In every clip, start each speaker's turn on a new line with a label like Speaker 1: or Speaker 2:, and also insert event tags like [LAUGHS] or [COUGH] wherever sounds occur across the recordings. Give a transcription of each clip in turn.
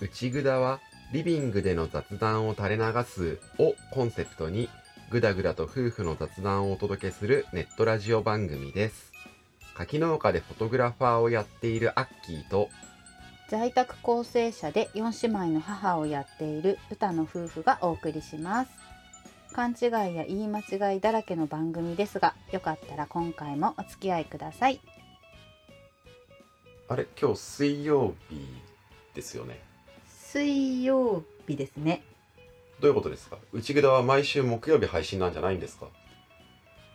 Speaker 1: 内ぐだはリビングでの雑談を垂れ流すをコンセプトにぐだぐだと夫婦の雑談をお届けするネットラジオ番組です柿農家でフォトグラファーをやっているアッキーと
Speaker 2: 在宅構成者で4姉妹の母をやっている歌の夫婦がお送りします勘違いや言い間違いだらけの番組ですがよかったら今回もお付き合いください
Speaker 1: あれ今日水曜日ですよね
Speaker 2: 水曜日ですね
Speaker 1: どういうことですか内ぐだは毎週木曜日配信なんじゃないんですか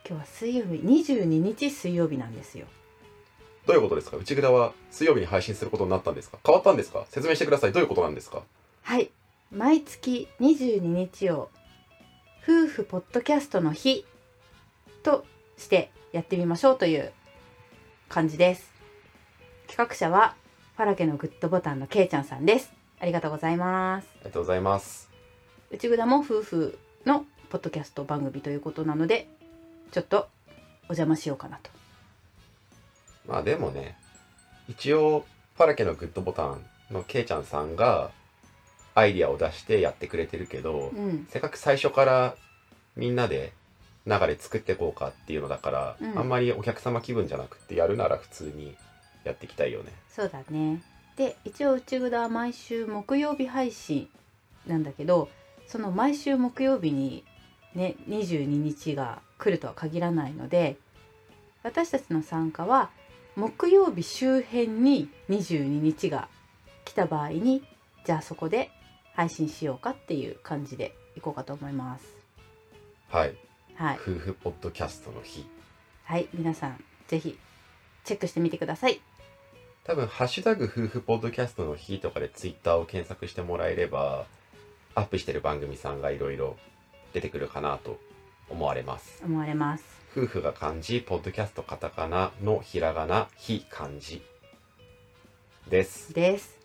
Speaker 2: 今日は水曜日22日水曜日なんですよ
Speaker 1: どういうことですか内ぐだは水曜日に配信することになったんですか変わったんですか説明してくださいどういうことなんですか
Speaker 2: はい毎月22日を夫婦ポッドキャストの日としてやってみましょうという感じです企画者はファラケのグッドボタンのけいちゃんさんですありがとうございます
Speaker 1: ありがとうございます
Speaker 2: 内ぐだも夫婦のポッドキャスト番組ということなのでちょっとお邪魔しようかなと
Speaker 1: まあでもね、一応、パラケのグッドボタンのケイちゃんさんがアイディアを出してやってくれてるけど、
Speaker 2: うん
Speaker 1: せっかく最初からみんなで流れ作ってこうかっていうのだから、
Speaker 2: うん
Speaker 1: あんまりお客様気分じゃなくてやるなら普通にやっていきたいよね。
Speaker 2: そうだねで一応内ぐだは毎週木曜日配信なんだけどその毎週木曜日にね22日が来るとは限らないので私たちの参加は木曜日周辺に22日が来た場合にじゃあそこで配信しようかっていう感じでいこうかと思います。
Speaker 1: はい。
Speaker 2: はい、
Speaker 1: 夫婦ポッドキャストの日。
Speaker 2: はい、皆さんぜひチェックしてみてください。
Speaker 1: 多分、ハッシュタグ夫婦ポッドキャストの日とかでツイッターを検索してもらえれば、アップしてる番組さんがいろいろ出てくるかなと思われます。
Speaker 2: 思われます。
Speaker 1: 夫婦が漢字、ポッドキャストカタカナのひらがな、非漢字です。
Speaker 2: です。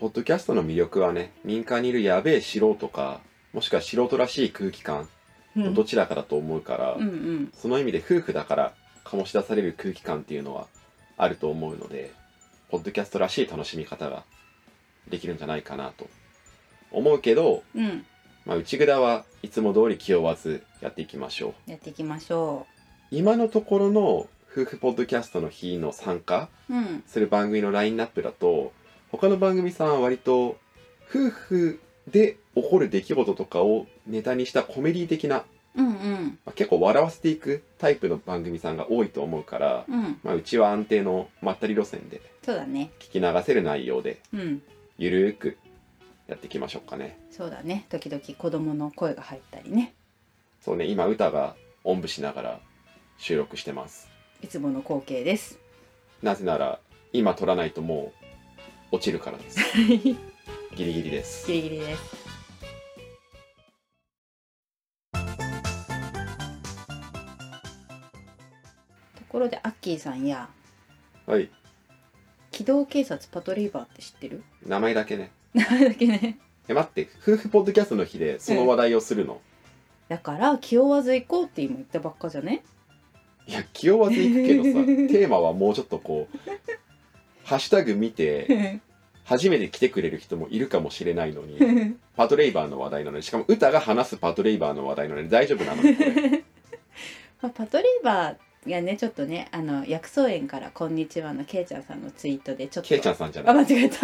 Speaker 1: ポッドキャストの魅力はね、民間にいるやべえ素人か、もしくは素人らしい空気感のどちらかだと思うから、
Speaker 2: うんうん。
Speaker 1: その意味で夫婦だから醸し出される空気感っていうのはあると思うので、ポッドキャストらしい楽しみ方ができるんじゃないかなと思うけど、
Speaker 2: うん。
Speaker 1: まあ、内札はいつも通り気負わずやっていきましょう。
Speaker 2: やっていきましょ
Speaker 1: 今のところの夫婦ポッドキャストの日の参加
Speaker 2: う。うん。
Speaker 1: する番組のラインナップだと他の番組さんは割と夫婦で起こる出来事とかをネタにしたコメディ的な、
Speaker 2: うんうん。
Speaker 1: まあ結構笑わせていくタイプの番組さんが多いと思うから、
Speaker 2: うん。
Speaker 1: まあ、うちは安定のまったり路線で
Speaker 2: そうだね。
Speaker 1: 聞き流せる内容で
Speaker 2: うん。
Speaker 1: ゆるーくやっていきましょうかね
Speaker 2: そうだね。時々子供の声が入ったりね。
Speaker 1: そうね今歌がおんぶしながら収録してます
Speaker 2: いつもの光景です。
Speaker 1: なぜなら今撮らないともう落ちるか
Speaker 2: [LAUGHS]
Speaker 1: らです
Speaker 2: ギ
Speaker 1: ギリギリです。
Speaker 2: リギリです。ところでアッキーさんや
Speaker 1: はい。
Speaker 2: 機動警察パトリーバーって知ってる？
Speaker 1: 名前だけね。
Speaker 2: 名前だけね。
Speaker 1: え、待って、夫婦ポッドキャストの日でその話題をするの。
Speaker 2: だから気負わず行こうって今言ったばっかじゃ
Speaker 3: [LAUGHS]
Speaker 2: ね？
Speaker 1: いや、気負わずいくけ
Speaker 2: [LAUGHS]
Speaker 1: どさ、テーマはもうちょっとこう、ハッシュタグ見て、初めて来てくれる人もいるかもしれないのに、 [LAUGHS] パトレイバーの話題なのに、しかも歌が話すパトレイバーの話題なので大丈夫なのこれ
Speaker 2: まあ、パトリーバーがねちょっとねあの薬草園から「こんにちは」のけいちゃんさんのツイートでちょっと
Speaker 1: ケイちゃんさんじゃ
Speaker 2: あ
Speaker 1: ない。
Speaker 2: 間違えた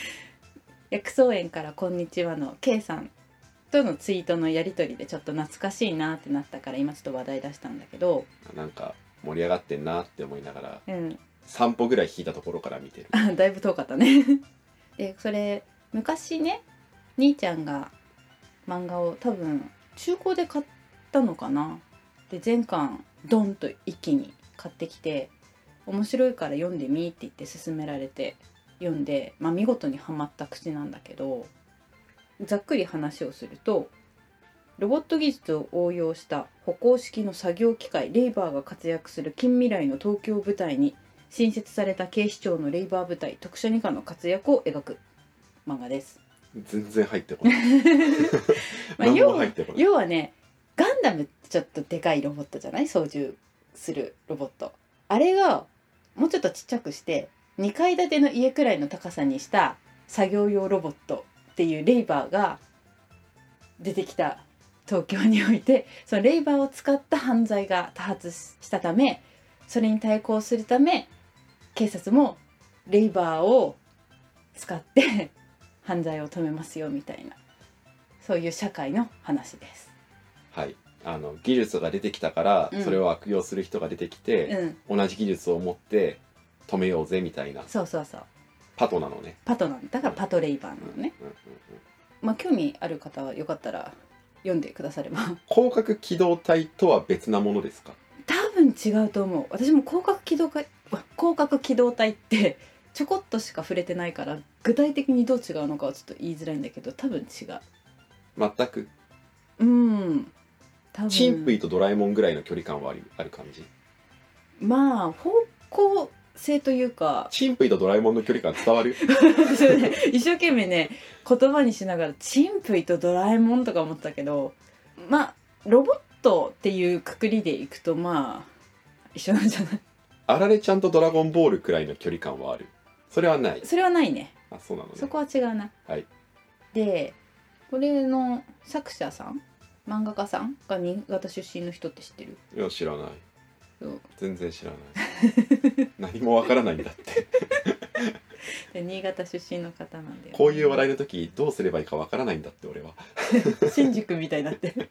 Speaker 2: [LAUGHS] 薬草園から「こんにちは」のけいさんとのツイートのやり取りでちょっと懐かしいなってなったから今ちょっと話題出したんだけど、
Speaker 1: なんか、盛り上がってんなって思いながら、
Speaker 2: うん、
Speaker 1: 散歩ぐらい引いたところから見てる。
Speaker 2: あだいぶ遠かったね [LAUGHS] でそれ昔ね兄ちゃんが漫画を多分中古で買ったのかなで全巻ドンと一気に買ってきて面白いから読んでみって言って勧められて読んで、まあ、見事にはまった口なんだけどざっくり話をするとロボット技術を応用した歩行式の作業機械レイバーが活躍する近未来の東京を舞台に新設された警視庁のレイバー部隊特殊二課の活躍を描く漫画です。
Speaker 1: 全然入ってこない。
Speaker 2: まあ、
Speaker 1: 何
Speaker 2: 要
Speaker 1: も
Speaker 2: は
Speaker 1: 入ってこない。
Speaker 2: 要はねガンダムってちょっとでかいロボットじゃない操縦するロボットあれがもうちょっとちっちゃくして2階建ての家くらいの高さにした作業用ロボットっていうレイバーが出てきた東京においてそのレイバーを使った犯罪が多発したためそれに対抗するため警察もレイバーを使って犯罪を止めますよみたいなそういう社会の話です。
Speaker 1: はい。あの技術が出てきたから、
Speaker 2: うん
Speaker 1: それを悪用する人が出てきて、
Speaker 2: うん、
Speaker 1: 同じ技術を持って止めようぜみたいな
Speaker 2: そうそうそう。
Speaker 1: パトなのね。
Speaker 2: パトなんだからパトレイバー
Speaker 1: う
Speaker 2: なの
Speaker 1: んうんうん
Speaker 2: ね。まあ興味ある方はよかったら読んでくだされば。 [LAUGHS]
Speaker 1: 広角機動隊とは別なものですか。
Speaker 2: 多分違うと思う。私も広角機動隊、わ広角機動隊ってちょこっとしか触れてないから具体的にどう違うのかはちょっと言いづらいんだけど、多分違う。
Speaker 1: 全く
Speaker 2: うん。多分。
Speaker 1: チンプイとドラえもんぐらいの距離感はありある感じ。
Speaker 2: まあ方向性というか。
Speaker 1: チンプイとドラえもんの距離感伝
Speaker 2: [LAUGHS]
Speaker 1: わる。
Speaker 2: そうね [LAUGHS] 一生懸命ね言葉にしながら「チンプイとドラえもん」とか思ってたけどまあロボットっていうくくりでいくとまあ一緒なんじゃない [LAUGHS]
Speaker 1: あられちゃんとドラゴンボールくらいの距離感はある。それはない。
Speaker 2: それはないね
Speaker 1: あ、そうなのね。
Speaker 2: そこは違うな。
Speaker 1: はい
Speaker 2: でこれの作者さん漫画家さんが新潟出身の人って知ってる
Speaker 1: いや知らない。
Speaker 2: そう
Speaker 1: 全然知
Speaker 2: [LAUGHS]
Speaker 1: らない。何もわからないんだって。
Speaker 2: で新潟出身の方なんだよね、
Speaker 1: こういう話題の時どうすればいいかわからないんだって俺は。
Speaker 2: 新宿みたいになってる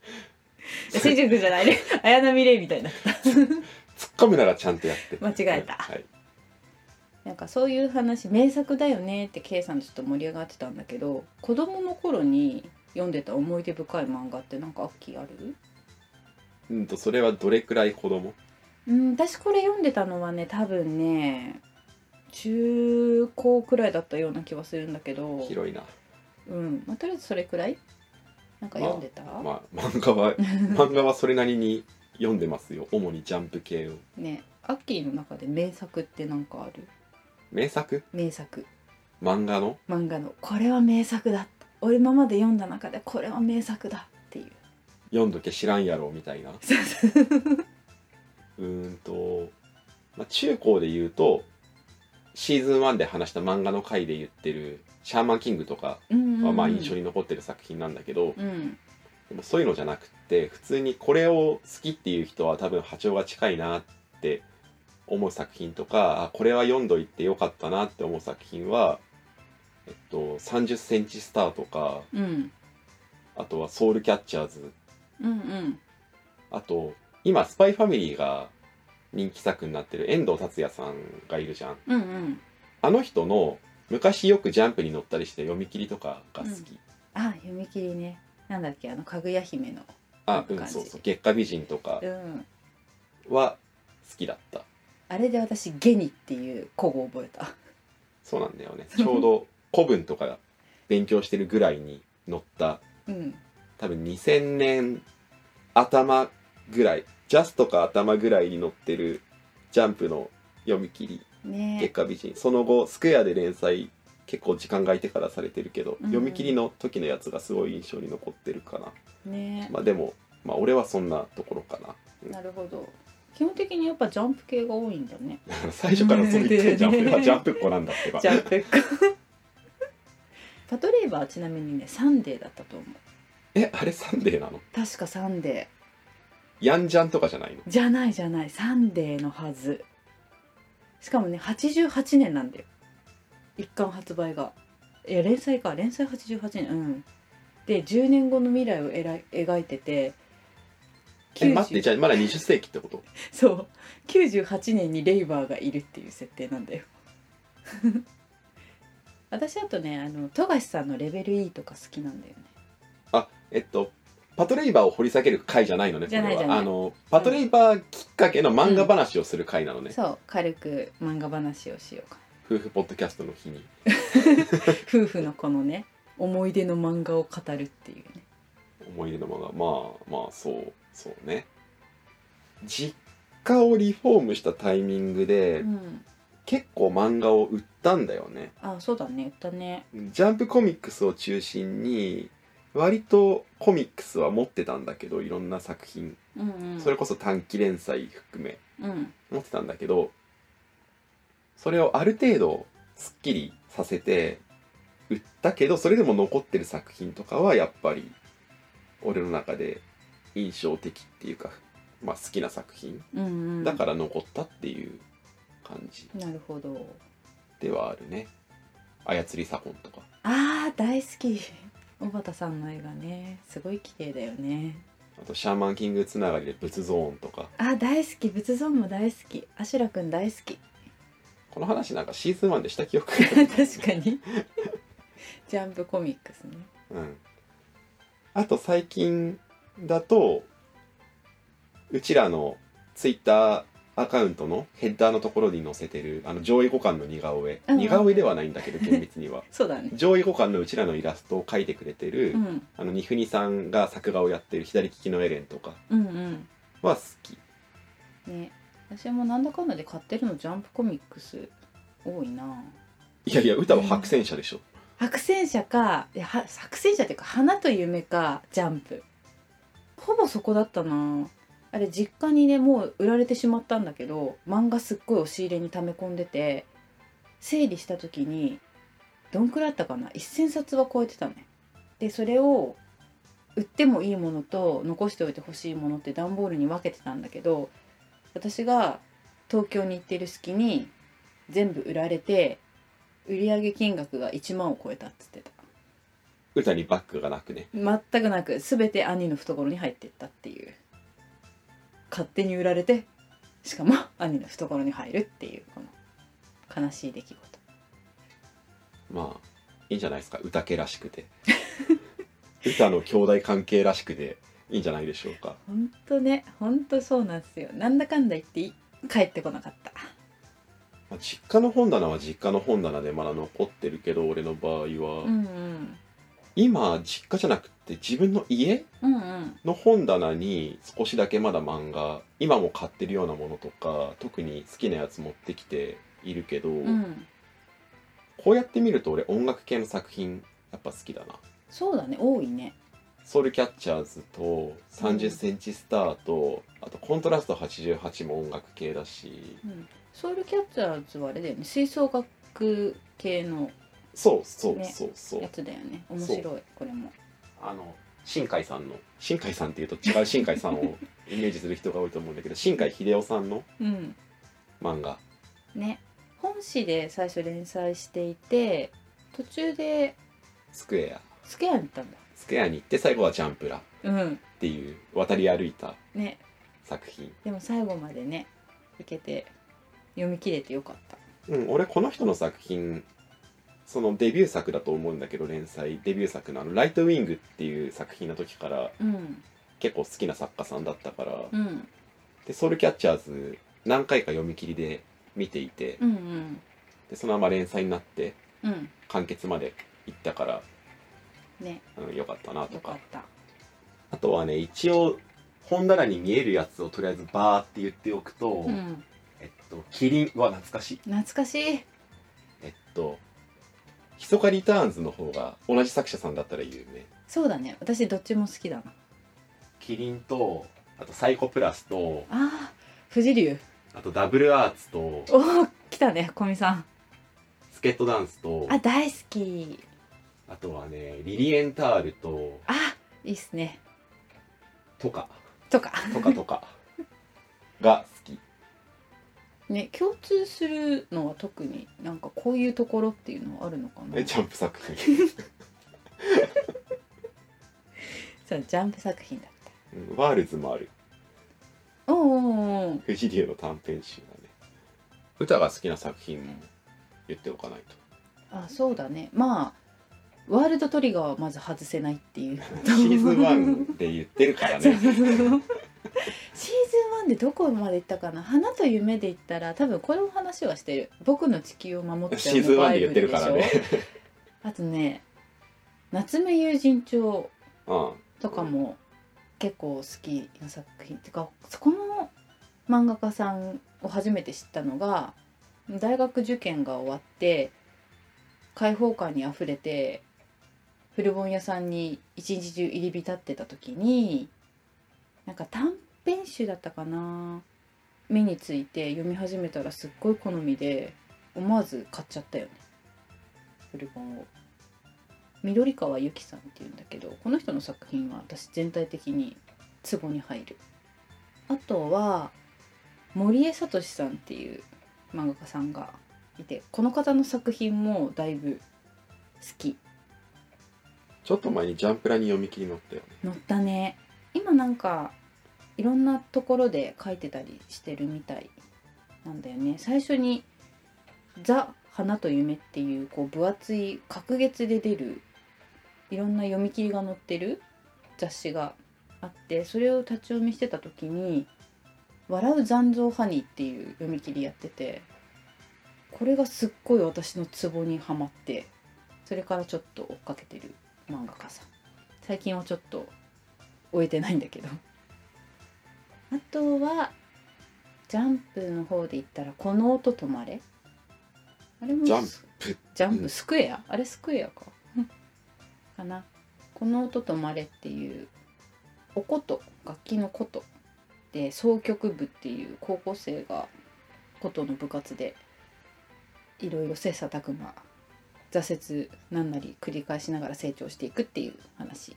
Speaker 2: [LAUGHS] 新宿じゃないね [LAUGHS] 綾波レイみたいな
Speaker 1: 突っ込むならちゃんとやって。
Speaker 2: 間違えた
Speaker 1: はい。
Speaker 2: なんかそういう話名作だよねって K さんとちょっと盛り上がってたんだけど子供の頃に読んでた思い出深い漫画ってなんかアッキーある
Speaker 1: うんとそれはどれくらい子供？
Speaker 2: うん私これ読んでたのはね多分ね中高くらいだったような気はするんだけど、
Speaker 1: 広いな。
Speaker 2: うんまあ、とりあえずそれくらいなんか読んでた、
Speaker 1: まあ漫
Speaker 2: [LAUGHS]
Speaker 1: 画は漫画はそれなりに読んでますよ。主にジャンプ系を。
Speaker 2: ねアッキーの中で名作ってなんかある
Speaker 1: 名作？
Speaker 2: 名作
Speaker 1: 漫画の
Speaker 2: 漫画のこれは名作だった俺今まで読んだ中でこれは名作だっていう
Speaker 1: 読んどけ知らんやろ
Speaker 2: [LAUGHS]
Speaker 1: みたいな。うーんと、まあ、中高で言うとシーズン1で話した漫画の回で言ってる「シャーマンキング」とか
Speaker 2: うんうんう
Speaker 1: は
Speaker 2: ん
Speaker 1: まあ印象に残ってる作品なんだけど、
Speaker 2: うん
Speaker 1: でもそういうのじゃなくって普通にこれを好きっていう人は多分波長が近いなって思う作品とかあこれは読んどいてよかったなって思う作品は「えっと、30センチスター」とか
Speaker 2: うん
Speaker 1: あとは「ソウルキャッチャーズ
Speaker 2: うんうん」
Speaker 1: あと今「スパイファミリー」が人気作になってる遠藤達也さんがいるじゃん。
Speaker 2: うんうん
Speaker 1: あの人の昔よくジャンプに乗ったりして読み切りとかが好き。
Speaker 2: あ読み切りねなんだっけあのかぐや姫の
Speaker 1: あ、う
Speaker 2: なんか
Speaker 1: ん、そうそう。月下美人とか
Speaker 2: うん
Speaker 1: は好きだった。
Speaker 2: あれで私「ゲニ」っていう古語を覚えた
Speaker 1: そうなんだよね。ちょうど古文とか勉強してるぐらいに乗った、
Speaker 2: うん
Speaker 1: 多分2000年頭ぐらい、ジャスとか頭ぐらいに乗ってるジャンプの読み切り、月
Speaker 2: ね
Speaker 1: 下美人。その後、スクエアで連載、結構時間が空いてからされてるけど、
Speaker 2: うん
Speaker 1: 読み切りの時のやつがすごい印象に残ってるかな。
Speaker 2: ね
Speaker 1: まあでも、まあ俺はそんなところかな。 [LAUGHS]
Speaker 2: なるほど基本的にやっぱジャンプ系が多いんだね
Speaker 1: 最初からそう言って
Speaker 2: [LAUGHS]
Speaker 1: んじゃん
Speaker 2: ね
Speaker 1: 俺はジャンプっ子なんだってば
Speaker 2: ジャンプか [LAUGHS] パトレイバーはちなみにね「サンデー」だったと思う
Speaker 1: えあれサンデーなの
Speaker 2: 確か「サンデ
Speaker 1: ヤンジャンとかじゃないの
Speaker 2: ー」じゃないじゃない「サンデー」のはずしかもね88年なんだよ一巻発売がいや連載か連載88年うんで10年後の未来をえらい描いてて
Speaker 1: え待ってじ
Speaker 2: ゃ
Speaker 1: ゃあまだ20世紀ってこと
Speaker 2: そう98年にレイバーがいるっていう設定なんだよ [LAUGHS] 私あとねあの富樫さんの「レベル E」とか好きなんだよね
Speaker 1: あえっとパトレイバーを掘り下げる回じゃないのねこれは
Speaker 2: じゃないじゃない
Speaker 1: あのパトレイバーきっかけの漫画話をする回なのね、
Speaker 2: そう軽く漫画話をしようか
Speaker 1: 夫婦ポッドキャストの日に
Speaker 2: 夫婦のこのね思い出の漫画を語るっていうね
Speaker 1: 思い出の漫画まあまあそうそうね実家をリフォームしたタイミングで、
Speaker 2: うん
Speaker 1: 結構漫画を売ったんだよね
Speaker 2: あそうだね言ったね
Speaker 1: ジャンプコミックスを中心に割とコミックスは持ってたんだけどいろんな作品
Speaker 2: うんうん
Speaker 1: それこそ短期連載含め
Speaker 2: うん
Speaker 1: 持ってたんだけどそれをある程度すっきりさせて売ったけどそれでも残ってる作品とかはやっぱり俺の中で印象的っていうか、まあ、好きな作品
Speaker 2: うんうん
Speaker 1: だから残ったっていう感じ
Speaker 2: なるほど
Speaker 1: ではあるね操り左近とか
Speaker 2: あー大好き [LAUGHS] 小畑さんの絵がねすごい綺麗だよね
Speaker 1: あとシャーマンキングつながりで仏ゾーンとか
Speaker 2: あー大好き仏像も大好きアシュラくん大好き [LAUGHS]
Speaker 1: この話なんかシーズン1でした記憶が
Speaker 2: 確かに [LAUGHS] ジャンプコミックスね
Speaker 1: うん、あと最近だとうちらのツイッターアカウントのヘッダーのところに載せてるあの上位互換の似顔絵、
Speaker 2: うん
Speaker 1: 似顔絵ではないんだけど厳密には [LAUGHS]
Speaker 2: そうだね
Speaker 1: 上位互換のうちらのイラストを描いてくれてる、
Speaker 2: うん
Speaker 1: あの二船さんが作画をやってる左利きのエレンとか
Speaker 2: うん
Speaker 1: は好き
Speaker 2: うんね私もなんだかんだで買ってるのジャンプコミックス多いない
Speaker 1: やいや歌は白戦車でしょ、
Speaker 2: 白戦車かいやは白戦車っていうか花と夢かジャンプほぼそこだったなあれ実家にねもう売られてしまったんだけど漫画すっごい押し入れに溜め込んでて整理した時にどんくらいあったかな1,000冊は超えてたねでそれを売ってもいいものと残しておいてほしいものって段ボールに分けてたんだけど私が東京に行ってる隙に全部売られて売上金額が1万を超えたっつってた
Speaker 1: 歌にバックがなくね
Speaker 2: 全くなく全て兄の懐に入っていったっていう勝手に売られてしかも [LAUGHS] 兄の懐に入るっていうこの悲しい出来事
Speaker 1: まあいいんじゃないですか歌家らし
Speaker 2: [LAUGHS]
Speaker 1: くて歌の兄弟関係らしくていいんじゃないでしょうか
Speaker 2: ほんとねほんとそうなんですよなんだかんだ言ってい帰ってこなかった
Speaker 1: まあ実家の本棚は実家の本棚でまだ残ってるけど俺の場合は、
Speaker 2: うんうん
Speaker 1: 今実家じゃなくて自分の家
Speaker 2: うんうん
Speaker 1: の本棚に少しだけまだ漫画今も買ってるようなものとか特に好きなやつ持ってきているけど、
Speaker 2: うん
Speaker 1: こうやって見ると俺音楽系の作品やっぱ好きだな
Speaker 2: そうだね多いね
Speaker 1: ソウルキャッチャーズと30センチスターと、あとコントラスト88も音楽系だし
Speaker 2: ソウルキャッチャーズはあれだよね吹奏楽系の
Speaker 1: そうそう
Speaker 2: ね
Speaker 1: そうそう、
Speaker 2: やつだよね面白いこれも
Speaker 1: あの新海さんの新海さんっていうと違う新海さんをイメージする人が多いと思うんだけど新海秀夫さんの
Speaker 2: うん
Speaker 1: 漫画
Speaker 2: ね本誌で最初連載していて途中で
Speaker 1: 「スクエア」
Speaker 2: スケアに行ったんだ
Speaker 1: スクエアに行って最後は「ジャンプラ」っ
Speaker 2: うん
Speaker 1: ていう渡り歩いた
Speaker 2: ね
Speaker 1: 作品
Speaker 2: でも最後までねいけて読み切れてよかった
Speaker 1: うん俺この人の作品そのデビュー作だと思うんだけど連載デビュー作のあの「ライトウィング」っていう作品の時から
Speaker 2: うん
Speaker 1: 結構好きな作家さんだったから
Speaker 2: うん
Speaker 1: でソウルキャッチャーズ何回か読み切りで見ていて
Speaker 2: うんうん
Speaker 1: でそのまま連載になって
Speaker 2: うん
Speaker 1: 完結まで行ったから、
Speaker 2: ね
Speaker 1: うん、よかったなと
Speaker 2: よか
Speaker 1: か
Speaker 2: った
Speaker 1: あとはね一応本棚に見えるやつをとりあえずバーって言っておくと、
Speaker 2: うん
Speaker 1: えっとキリンは懐かしい
Speaker 2: 懐かしい
Speaker 1: えっと「ひそかリターンズ」の方が同じ作者さんだったら有名
Speaker 2: そうだね私どっちも好きだな
Speaker 1: キリンとあとサイコプラスと
Speaker 2: あー富士流
Speaker 1: あとダブルアーツと
Speaker 2: おお来たね古見さん
Speaker 1: スケットダンスと
Speaker 2: あ大好き
Speaker 1: あとはねリリエンタールと
Speaker 2: あいいっすね
Speaker 1: とか
Speaker 2: とか
Speaker 1: とかとかが好き
Speaker 2: ね共通するのは特になんかこういうところっていうのはあるのかな
Speaker 1: えジャンプ作品
Speaker 2: そうジャンプ作品だっ
Speaker 1: うんワールズもある
Speaker 2: たおお
Speaker 1: 藤流の短編集だね [LAUGHS] 歌が好きな作品も言っておかないと
Speaker 2: あそうだねまあワールドトリガーはまず外せないっていう
Speaker 1: シーズン1で言ってるから
Speaker 2: そう
Speaker 1: ね
Speaker 2: そう [LAUGHS] そうシーズン1でどこまで行ったかな「花と夢」で行ったら多分この話はしてる「僕の地球を守って」
Speaker 1: シーズン1で言ってるからね
Speaker 2: あとね「夏目友人帳
Speaker 1: うん」
Speaker 2: とかも結構好きな作品てかそこの漫画家さんを初めて知ったのが大学受験が終わって開放感にあふれて古本屋さんに一日中入り浸ってた時になんか短編集だったかな目について読み始めたらすっごい好みで思わず買っちゃったよね古本を。緑川由紀さんっていうんだけどこの人の作品は私全体的にツボに入るあとは森江聡さんっていう漫画家さんがいてこの方の作品もだいぶ好き
Speaker 1: ちょっと前にジャンプラに読み切り載ったよね
Speaker 2: 乗ったね今なんかいろんなところで書いてたりしてるみたいなんだよね最初に「ザ・花と夢」っていうこう分厚い隔月で出るいろんな読み切りが載ってる雑誌があってそれを立ち読みしてた時に「笑う残像ハニー」っていう読み切りやっててこれがすっごい私のツボにはまってそれからちょっと追っかけてる漫画家さん。最近はちょっと終えてないんだけどあとはジャンプの方で言ったら「この音止まれ」あれも
Speaker 1: ジャンプ
Speaker 2: ジャン
Speaker 1: う
Speaker 2: プ
Speaker 1: ん
Speaker 2: スクエア、あれスクエアか [LAUGHS] うんかなこの音止まれっていうおこと楽器のことで総曲部っていう高校生がことの部活でいろいろ切磋琢磨挫折なんなり繰り返しながら成長していくっていう話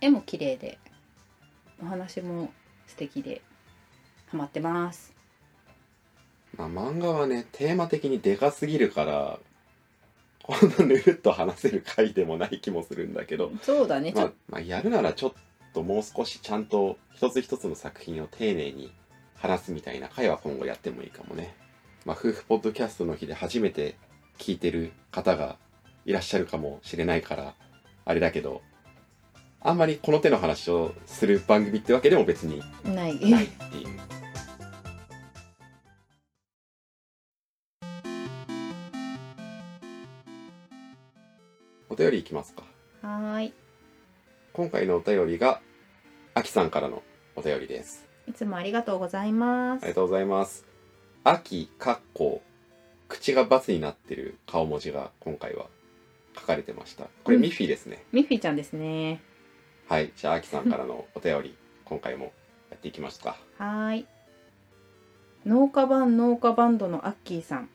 Speaker 2: 絵も綺麗でお話も素敵でハマってます
Speaker 1: まあ、漫画はねテーマ的にでかすぎるからこんなぬるっと話せる回でもない気もするんだけど、
Speaker 2: そうだねち
Speaker 1: ま
Speaker 2: ょ
Speaker 1: あまあ、やるならちょっともう少しちゃんと一つ一つの作品を丁寧に話すみたいな回は今後やってもいいかもね、まあ、夫婦ポッドキャストの日で初めて聞いてる方がいらっしゃるかもしれないからあれだけどあんまりこの手の話をする番組ってわけでも別に
Speaker 2: ない
Speaker 1: ないっていう。お便りいきますか。
Speaker 2: はーい
Speaker 1: 今回のお便りが、あきさんからのお便りです。
Speaker 2: いつもありがとうございま
Speaker 1: ありがとうございます。あき、かっこ、口がバツになってる顔文字が今回は書かれてました。これ
Speaker 2: うん
Speaker 1: ミッフィーですね。
Speaker 2: ミッフィーちゃんですね。
Speaker 1: はい。じゃあ、あきさんからのお便り、今回もやっていきますか。
Speaker 2: はーい。農家版農家バンドのアッキーさん、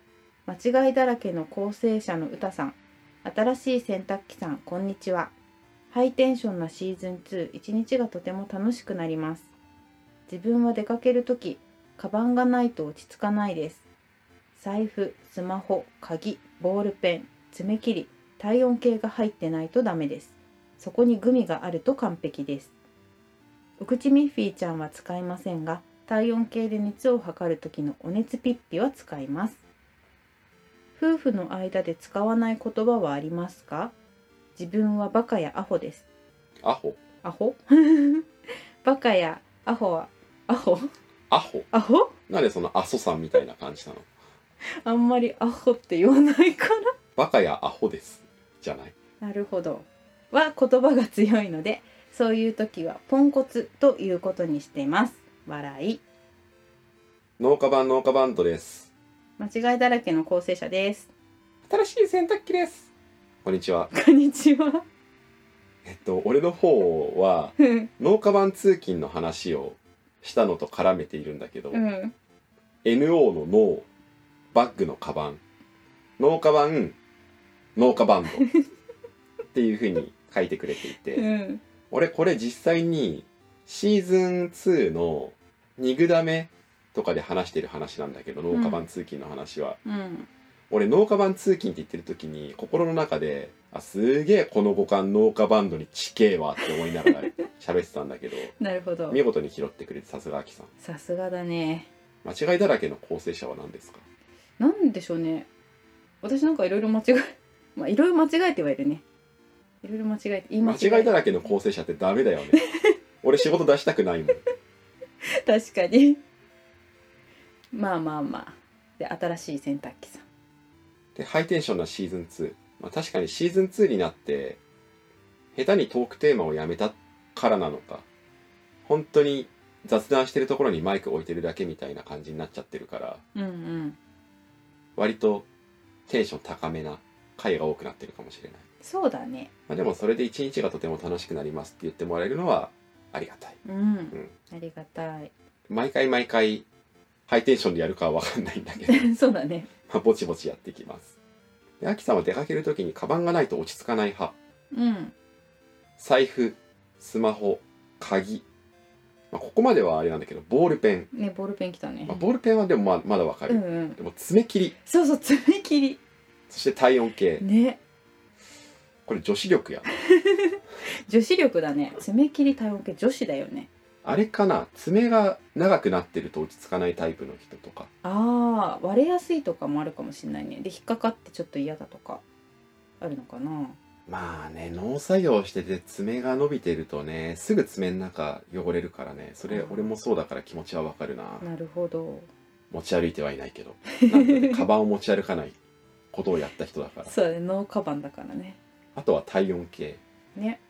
Speaker 2: 間違いだらけの構成者の歌さん、新しい洗濯機さん、こんにちは。ハイテンションなシーズン2、一日がとても楽しくなります。自分は出かけるとき、カバンがないと落ち着かないです。財布、スマホ、鍵、ボールペン、爪切り、体温計が入ってないとダメです。そこにグミがあると完璧です。お口ミッフィーちゃんは使いませんが体温計で熱を測る時のお熱ピッピは使います夫婦の間で使わない言葉はありますか自分はバカやアホです
Speaker 1: アホ、
Speaker 2: アホ [LAUGHS] バカやアホはアホ
Speaker 1: アホ。
Speaker 2: アホ
Speaker 1: なんでそのアソさんみたいな感じなの
Speaker 2: あんまりアホって言わないか
Speaker 1: バカやアホです。じゃない。
Speaker 2: らなるほどは言葉が強いのでそういう時はポンコツということにしてます笑い
Speaker 1: 農家版農家バンドです。
Speaker 2: 間違いだらけの構成者です
Speaker 1: 新しい洗濯機です。こんにちは。
Speaker 2: こんにちは [LAUGHS]
Speaker 1: えっと、俺の方は
Speaker 2: うん
Speaker 1: 農家版通勤の話をしたのと絡めているんだけど、
Speaker 2: うん
Speaker 1: NO の脳、バッグのカバン、農家版、農家バンドっていう風に書いてくれていて、
Speaker 2: うん
Speaker 1: 俺これ実際にシーズン2のニグダメとかで話してる話なんだけど、農家版通勤の話は、
Speaker 2: うん
Speaker 1: 俺農家版通勤って言ってる時に心の中であすげえこの五感農家バンドにちけえわって思いながら喋ってたんだけど
Speaker 2: なるほど
Speaker 1: 見事に拾ってくれてさすがあきさん
Speaker 2: さすがだね
Speaker 1: 間違いだらけの構成者は何ですか
Speaker 2: なんでしょうね私なんかいろいろ間違 [LAUGHS] まあいろいろ間違えてはいるねいろいろ間違えて言い
Speaker 1: 間
Speaker 2: 間違え
Speaker 1: 違いだらけの構成者ってダメだよね [LAUGHS] 俺仕事出したくないもん
Speaker 2: [LAUGHS] 確かにまあまあまあで新しい洗濯機さん
Speaker 1: でハイテンションなシーズン2、まあ、確かにシーズン2になって下手にトークテーマをやめたからなのか本当に雑談してるところにマイク置いてるだけみたいな感じになっちゃってるから
Speaker 2: うんうん
Speaker 1: 割とテンション高めな回が多くなってるかもしれない、
Speaker 2: そうだね
Speaker 1: まあ、でもそれで一日がとても楽しくなりますって言ってもらえるのはありがたい
Speaker 2: うん、
Speaker 1: ん
Speaker 2: ありがたい [LAUGHS]
Speaker 1: 毎回毎回ハイテンションでやるかは分かんないんだけど [LAUGHS]
Speaker 2: そうだね
Speaker 1: まあ、ぼちぼちやっていきます。で、アキさんは出かけるときにカバンがないと落ち着かない派。
Speaker 2: うん
Speaker 1: 財布、スマホ、鍵。まあ、ここまではあれなんだけど、ボールペン。
Speaker 2: ねボールペン来たね、
Speaker 1: まあ、ボールペンはでもまあまだわかる。
Speaker 2: うんうん
Speaker 1: でも、爪切り。
Speaker 2: そうそう爪切
Speaker 1: そして体温計
Speaker 2: り。ね
Speaker 1: これ女子力や。
Speaker 2: 女子力だね爪切り体温計女子だよね
Speaker 1: あれかな爪が長くなってると落ち着かないタイプの人とか。
Speaker 2: あー割れやすいとかもあるかもしれないねで引っかかってちょっと嫌だとかあるのかな
Speaker 1: まあね、農作業してて爪が伸びてるとね、すぐ爪の中汚れるからね。それ、俺もそうだから気持ちはわかるな。
Speaker 2: なるほど
Speaker 1: 持ち歩いてはいないけど [LAUGHS] なんでカバンを持ち歩かないことをやった人だから
Speaker 2: そうだねノーカバンだからね
Speaker 1: あとは体温計っ
Speaker 2: ね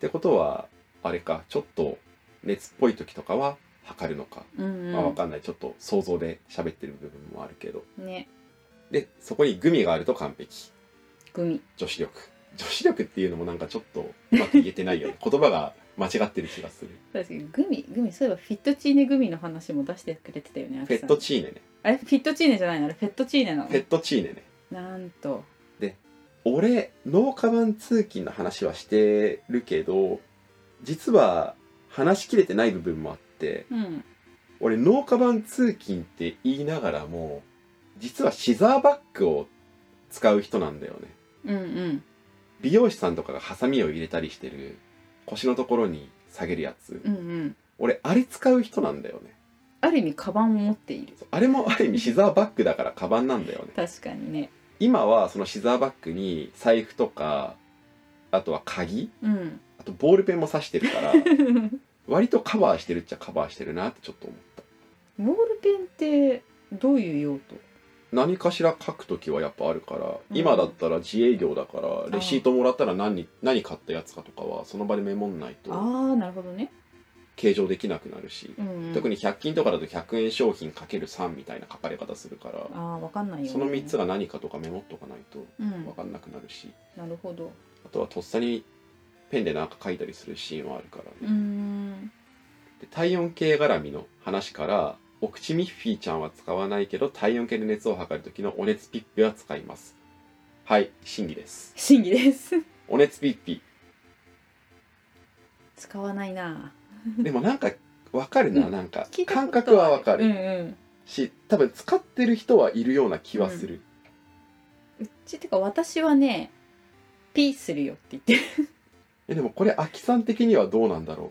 Speaker 1: てことはあれかちょっと熱っぽい時とかは測るのか、
Speaker 2: うん、
Speaker 1: まあわ
Speaker 2: う
Speaker 1: かんないちょっと想像で喋ってる部分もあるけど
Speaker 2: ん、ね
Speaker 1: でそこにグミがあると完璧
Speaker 2: グミ
Speaker 1: 女子力女子力っていうのもなんかちょっとうまく言えてないよね [LAUGHS] 言葉が間違ってる気
Speaker 2: [LAUGHS]
Speaker 1: がする
Speaker 2: 確かにグミグミそういえばフィットチーネグミの話も出してくれてたよね
Speaker 1: フェットチーネね
Speaker 2: あれフィットチーネじゃないのあれフェットチーネなの
Speaker 1: フェットチーネね
Speaker 2: なんと
Speaker 1: 俺農家版通勤の話はしてるけど実は話しきれてない部分もあって
Speaker 2: うん
Speaker 1: 俺農家版通勤って言いながらも実はシザーバッグを使う人なんだよね
Speaker 2: うんうん
Speaker 1: 美容師さんとかがハサミを入れたりしてる腰のところに下げるやつ
Speaker 2: うんうん
Speaker 1: 俺あれ使う人なんだよね
Speaker 2: ある意味カバンを持っている
Speaker 1: そうあれもある意味シザーバッグだからカバンなんだよね
Speaker 2: 確かにね
Speaker 1: 今はそのシザーバッグに財布とかあとは鍵
Speaker 2: うん [LAUGHS]
Speaker 1: あとボールペンも刺してるから割とカバーしてるっちゃカバーしてるなってちょっと思った
Speaker 2: ボールペンってどういう用途
Speaker 1: 何かしら書く時はやっぱあるから、
Speaker 2: うん
Speaker 1: 今だったら自営業だからレシートもらったら何に何買ったやつかとかはその場でメモんないと
Speaker 2: ああなるほどね、
Speaker 1: 計上できなくなるし、
Speaker 2: うんうん、
Speaker 1: 特
Speaker 2: に
Speaker 1: に100均とかだと100円商品 ×3 みたいな書かれ方するから、
Speaker 2: ああわかんないよね、
Speaker 1: その3つが何かとかメモっとかないと
Speaker 2: う
Speaker 1: 分
Speaker 2: ん
Speaker 1: かんなくなるし、
Speaker 2: なるほど
Speaker 1: あとはとっさにペンで何か書いたりするシーンはあるからね、
Speaker 2: うーん
Speaker 1: で体温計絡みの話からお口ミッフィーちゃんは使わないけど体温計で熱を測る時のお熱ピッピは使いますはい審議です
Speaker 2: 審議です
Speaker 1: お熱ピッピ
Speaker 2: 使わないな
Speaker 1: でもなんかわかるな、
Speaker 2: うん
Speaker 1: なんか
Speaker 2: 聞いたこと
Speaker 1: 感覚はわかる、
Speaker 2: うんうん
Speaker 1: し多分使ってる人はいるような気はする、
Speaker 2: うちてか私はねピーするよって言ってる
Speaker 1: えでもこれアキさん的にはどうなんだろ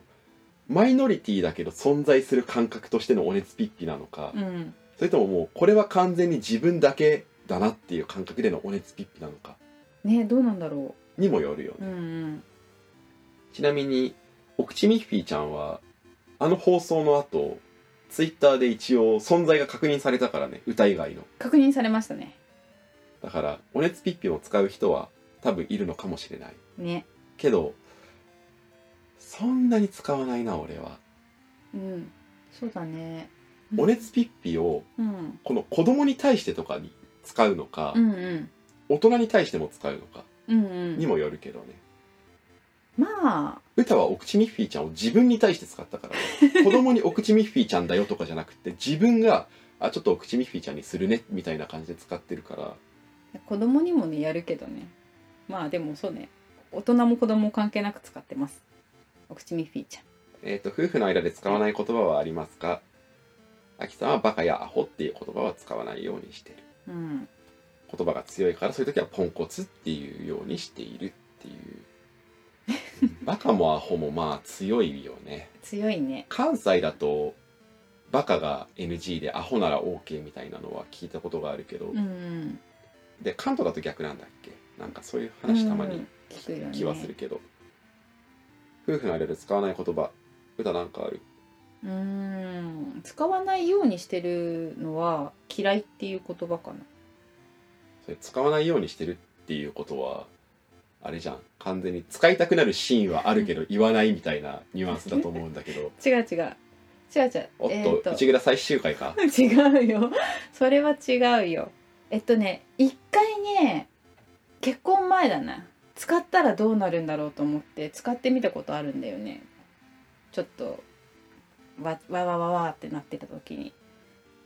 Speaker 1: うマイノリティだけど存在する感覚としてのお熱ピッピなのか、
Speaker 2: うん
Speaker 1: それとももうこれは完全に自分だけだなっていう感覚でのお熱ピッピなのか
Speaker 2: ねどうなんだろ
Speaker 1: にもよるよね
Speaker 2: ううんうん
Speaker 1: ちなみにお口ミッフィーちゃんはあの放送の後ツイッターで一応存在が確認されたからね歌以外の
Speaker 2: 確認されましたね
Speaker 1: だから「おねつピッピ」を使う人は多分いるのかもしれない
Speaker 2: ね
Speaker 1: けどそんなに使わないな俺は
Speaker 2: うんそうだね
Speaker 1: 「おねつピッピ」を
Speaker 2: うん
Speaker 1: この子供に対してとかに使うのか、
Speaker 2: うんうん
Speaker 1: 大人に対しても使うのか
Speaker 2: うん
Speaker 1: に
Speaker 2: うん
Speaker 1: もよるけどね
Speaker 2: まあ
Speaker 1: 歌はお口ミッフィーちゃんを自分に対して使ったから、ね、子供にお口ミッフィーちゃんだよとかじゃなくて自分があちょっとお口ミッフィーちゃんにするねみたいな感じで使ってるから
Speaker 2: 子供にもねやるけどねまあでもそうね大人も子供も関係なく使ってますお口ミッフィーちゃん
Speaker 1: えっ、と夫婦の間で使わない言葉はありますかアキさんはバカやアホっていう言葉は使わないようにしてる
Speaker 2: うん
Speaker 1: 言葉が強いからそういう時はポンコツっていうようにしているっていうバカもアホもまあ強いよね
Speaker 2: 強いね
Speaker 1: 関西だとバカが NG でアホなら OK みたいなのは聞いたことがあるけど、
Speaker 2: うん
Speaker 1: で関東だと逆なんだっけなんかそういう話たまに
Speaker 2: 聞くよね
Speaker 1: 気はするけど、夫婦の間で使わない言葉歌なんかある
Speaker 2: うーん使わないようにしてるのは嫌いっていう言葉かな
Speaker 1: それ使わないようにしてるっていうことはあれじゃん完全に使いたくなるシーンはあるけど言わないみたいなニュアンスだと思うんだけど
Speaker 2: 違う違う違う違う
Speaker 1: おっ
Speaker 2: [LAUGHS]
Speaker 1: と,、
Speaker 2: えー
Speaker 1: 内蔵最終回か
Speaker 2: [LAUGHS] 違うよそれは違うよえっとね一回ね結婚前だな使ったらどうなるんだろうと思って使ってみたことあるんだよねちょっとわわわわわってなってた時に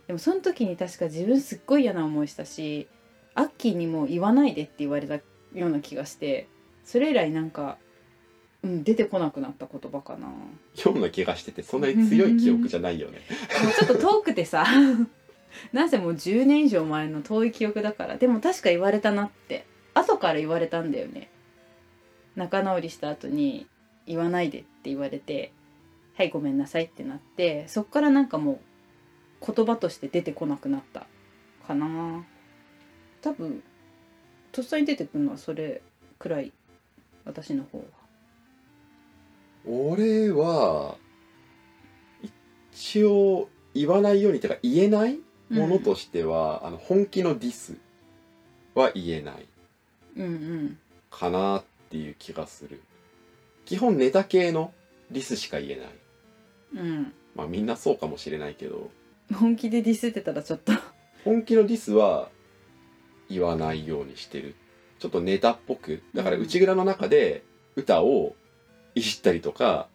Speaker 2: でもその時に確か自分すっごい嫌な思いしたしアッキーにも言わないでって言われたような気がしてそれ以来なんか、うん、出てこなくなった言葉かな
Speaker 1: ような気がしててそんなに強い記憶じゃないよね
Speaker 2: もうちょっと遠くてさ [LAUGHS] なんせもう10年以上前の遠い記憶だからでも確か言われたなって後から言われたんだよね仲直りした後に「言わないで」って言われて「はいごめんなさい」ってなってそっからなんかもう言葉として出てこなくなったかな多分とっさに出てくるのはそれくらい私の方は
Speaker 1: 俺は一応言わないようにというか言えないものとしては、あの本気のディスは言えない
Speaker 2: うんうん
Speaker 1: かなっていう気がする基本ネタ系のディスしか言えな
Speaker 2: う
Speaker 1: い
Speaker 2: ん
Speaker 1: まあみんなそうかもしれないけど
Speaker 2: 本気でディスってたらちょっと
Speaker 1: 本気のディスは言わないようにしてるちょっとネタっぽくだから
Speaker 2: うん
Speaker 1: 内蔵の中で歌をいじったりとか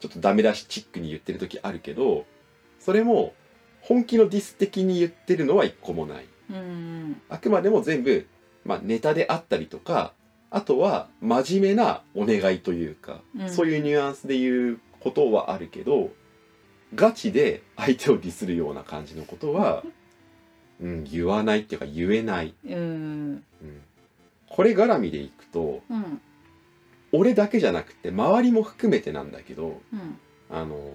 Speaker 1: ちょっとダメ出しチックに言ってる時あるけどそれも本気のディス的に言ってるのは一個もない
Speaker 2: うんうん
Speaker 1: あくまでも全部、まあ、ネタであったりとかあとは真面目なお願いというか、
Speaker 2: うん
Speaker 1: そういうニュアンスで言うことはあるけどガチで相手をディスるような感じのことは、うん、言わないっていうか言えない、
Speaker 2: うん
Speaker 1: うん、これ絡みでいくと
Speaker 2: うん
Speaker 1: 俺だけじゃなくて周りも含めてなんだけど、
Speaker 2: うん
Speaker 1: あのー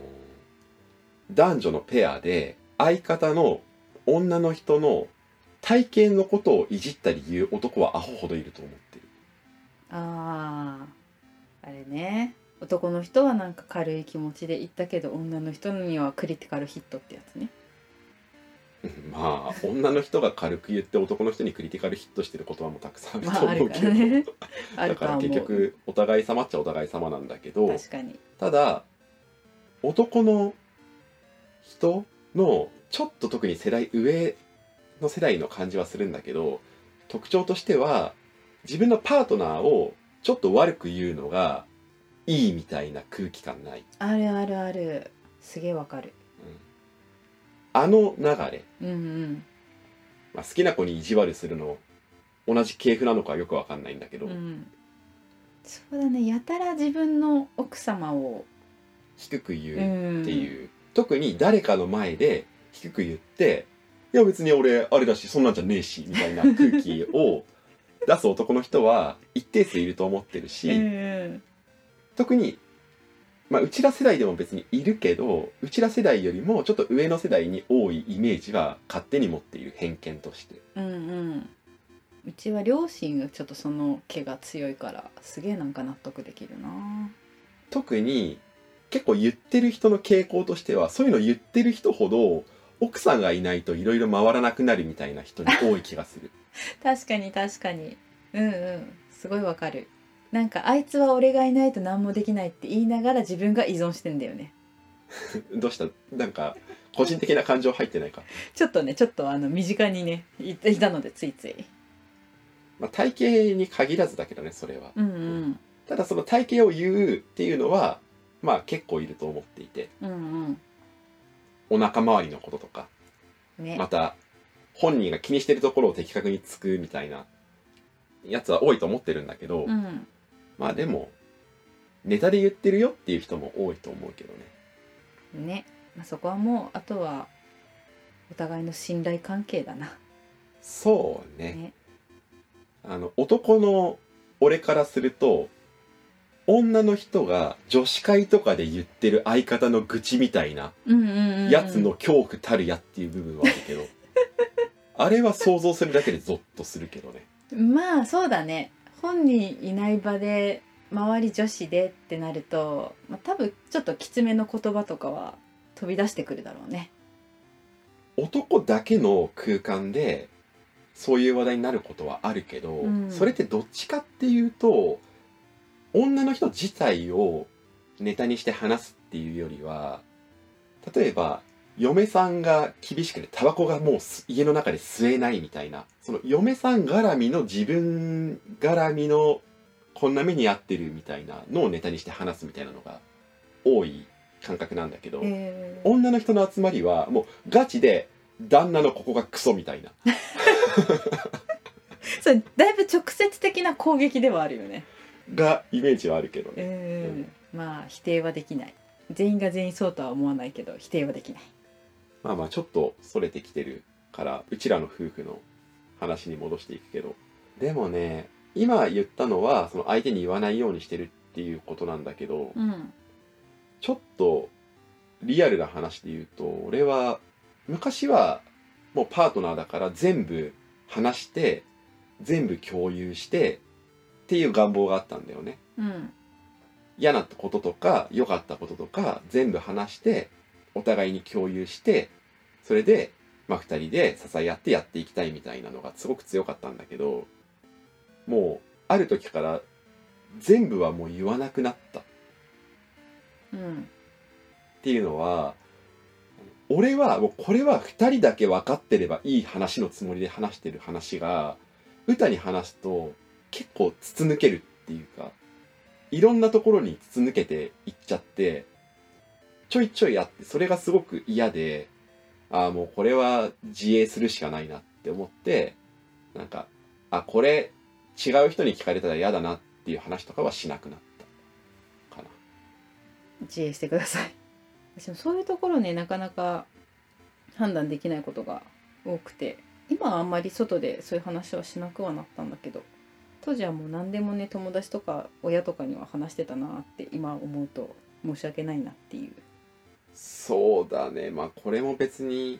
Speaker 1: 男女のペアで相方の女の人の体型のことをいじったり言う男はアホほどいると思ってる
Speaker 2: あああれね男の人はなんか軽い気持ちで言ったけど女の人にはクリティカルヒットってやつね
Speaker 1: うん [LAUGHS] まあ女の人が軽く言って男の人にクリティカルヒットしてることはもうたくさんある
Speaker 2: ま
Speaker 1: と
Speaker 2: あある
Speaker 1: 思う
Speaker 2: か
Speaker 1: け
Speaker 2: ら
Speaker 1: ど、
Speaker 2: ね [LAUGHS] あ
Speaker 1: だ
Speaker 2: る
Speaker 1: か
Speaker 2: とは思
Speaker 1: ら
Speaker 2: う
Speaker 1: 結局お互い様っちゃお互い様なんだけど
Speaker 2: 確かに
Speaker 1: ただ男の人のちょっと特に世代上の世代の感じはするんだけど特徴としては自分のパートナーをちょっと悪く言うのがいいみたいな空気感ない、
Speaker 2: あるあるあるすげえわかる
Speaker 1: うんあの流れ、
Speaker 2: うんうん
Speaker 1: まあ、好きな子に意地悪するの同じ系譜なのかよくわかんないんだけど、
Speaker 2: うんそうだねやたら自分の奥様を
Speaker 1: 低く言う、
Speaker 2: うん
Speaker 1: っていう、特に誰かの前で低く言って「いや別に俺あれだしそんなんじゃねえし」みたいな空気を出す男の人は一定数いると思ってるし、
Speaker 2: うん
Speaker 1: 特に、まあ、うちら世代でも別にいるけどうちら世代よりもちょっと上の世代に多いイメージは勝手に持っている偏見として
Speaker 2: うんうんうちは両親がちょっとその毛が強いからすげえなんか納得できるな
Speaker 1: 特に結構言ってる人の傾向としてはそういうの言ってる人ほど奥さんがいないといろいろ回らなくなるみたいな人に多い気がする。
Speaker 2: 確かに確かにうんうんすごいわかるなんかあいつは俺がいないと何もできないって言いながら自分が依存してんだよね
Speaker 1: どうしたなんか個人的な感情入ってないか、
Speaker 2: ちょっとねちょっとあの身近にねいいたのでついつい
Speaker 1: まあ、体型に限らずだけどねそれは
Speaker 2: うんうん
Speaker 1: ただその体型を言うっていうのはまあ結構いると思っていて
Speaker 2: うん
Speaker 1: お腹周りのこととか
Speaker 2: うんね、
Speaker 1: また本人が気にしてるところを的確につくみたいなやつは多いと思ってるんだけど、
Speaker 2: うん
Speaker 1: まあでもネタで言ってるよっていう人も多いと思うけどね
Speaker 2: ね、まあ、そこはもうあとはお互いの信頼関係だな
Speaker 1: そうね
Speaker 2: ね
Speaker 1: あの男の俺からすると女の人が女子会とかで言ってる相方の愚痴みたいな
Speaker 2: うんうんうんうん
Speaker 1: やつの恐怖
Speaker 2: [LAUGHS]
Speaker 1: たるやっていう部分はあるけど、あれは想像するだけでゾッとするけどね
Speaker 2: まあそうだね本人いない場で周り女子でってなると、まあ、多分ちょっときつめの言葉とかは飛び出してくるだろうね
Speaker 1: 男だけの空間でそういう話題になることはあるけど、
Speaker 2: うん
Speaker 1: それってどっちかっていうと女の人自体をネタにして話すっていうよりは例えば嫁さんが厳しくてタバコがもうす家の中で吸えないみたいなその嫁さん絡みの自分絡みのこんな目に遭ってるみたいなのをネタにして話すみたいなのが多い感覚なんだけど。
Speaker 2: えー
Speaker 1: 女の人の集まりはもうガチで旦那のここがクソみたいな
Speaker 2: それだいぶ直接的な攻撃ではあるよね
Speaker 1: がイメージはあるけどね
Speaker 2: うんまあ否定はできない全員が全員そうとは思わないけど否定はできない
Speaker 1: まあまあちょっとそれてきてるからうちらの夫婦の話に戻していくけどでもね今言ったのはその相手に言わないようにしてるっていうことなんだけど、
Speaker 2: うん
Speaker 1: ちょっとリアルな話で言うと俺は昔はもうパートナーだから全部話して全部共有してっていう願望があったんだよね。
Speaker 2: うん
Speaker 1: 嫌なこととか良かったこととか全部話してお互いに共有してそれで、まあ、2人で支え合ってやっていきたいみたいなのがすごく強かったんだけどもうある時から全部はもう言わなくなったっ
Speaker 2: うん
Speaker 1: ていうのは俺はもうこれは2人だけ分かってればいい話のつもりで話してる話が歌に話すと結構筒抜けるっていうかいろんなところに筒抜けていっちゃってちょいちょいあってそれがすごく嫌でああもうこれは自衛するしかないなって思ってなんかあこれ違う人に聞かれたら嫌だなっていう話とかはしなくなったかな。
Speaker 2: 自衛してくださ [LAUGHS] い私もそういうところねなかなか判断できないことが多くて今はあんまり外でそういう話はしなくはなったんだけど当時はもう何でもね友達とか親とかには話してたなって今思うと申し訳ないなっていう
Speaker 1: そうだねまあこれも別に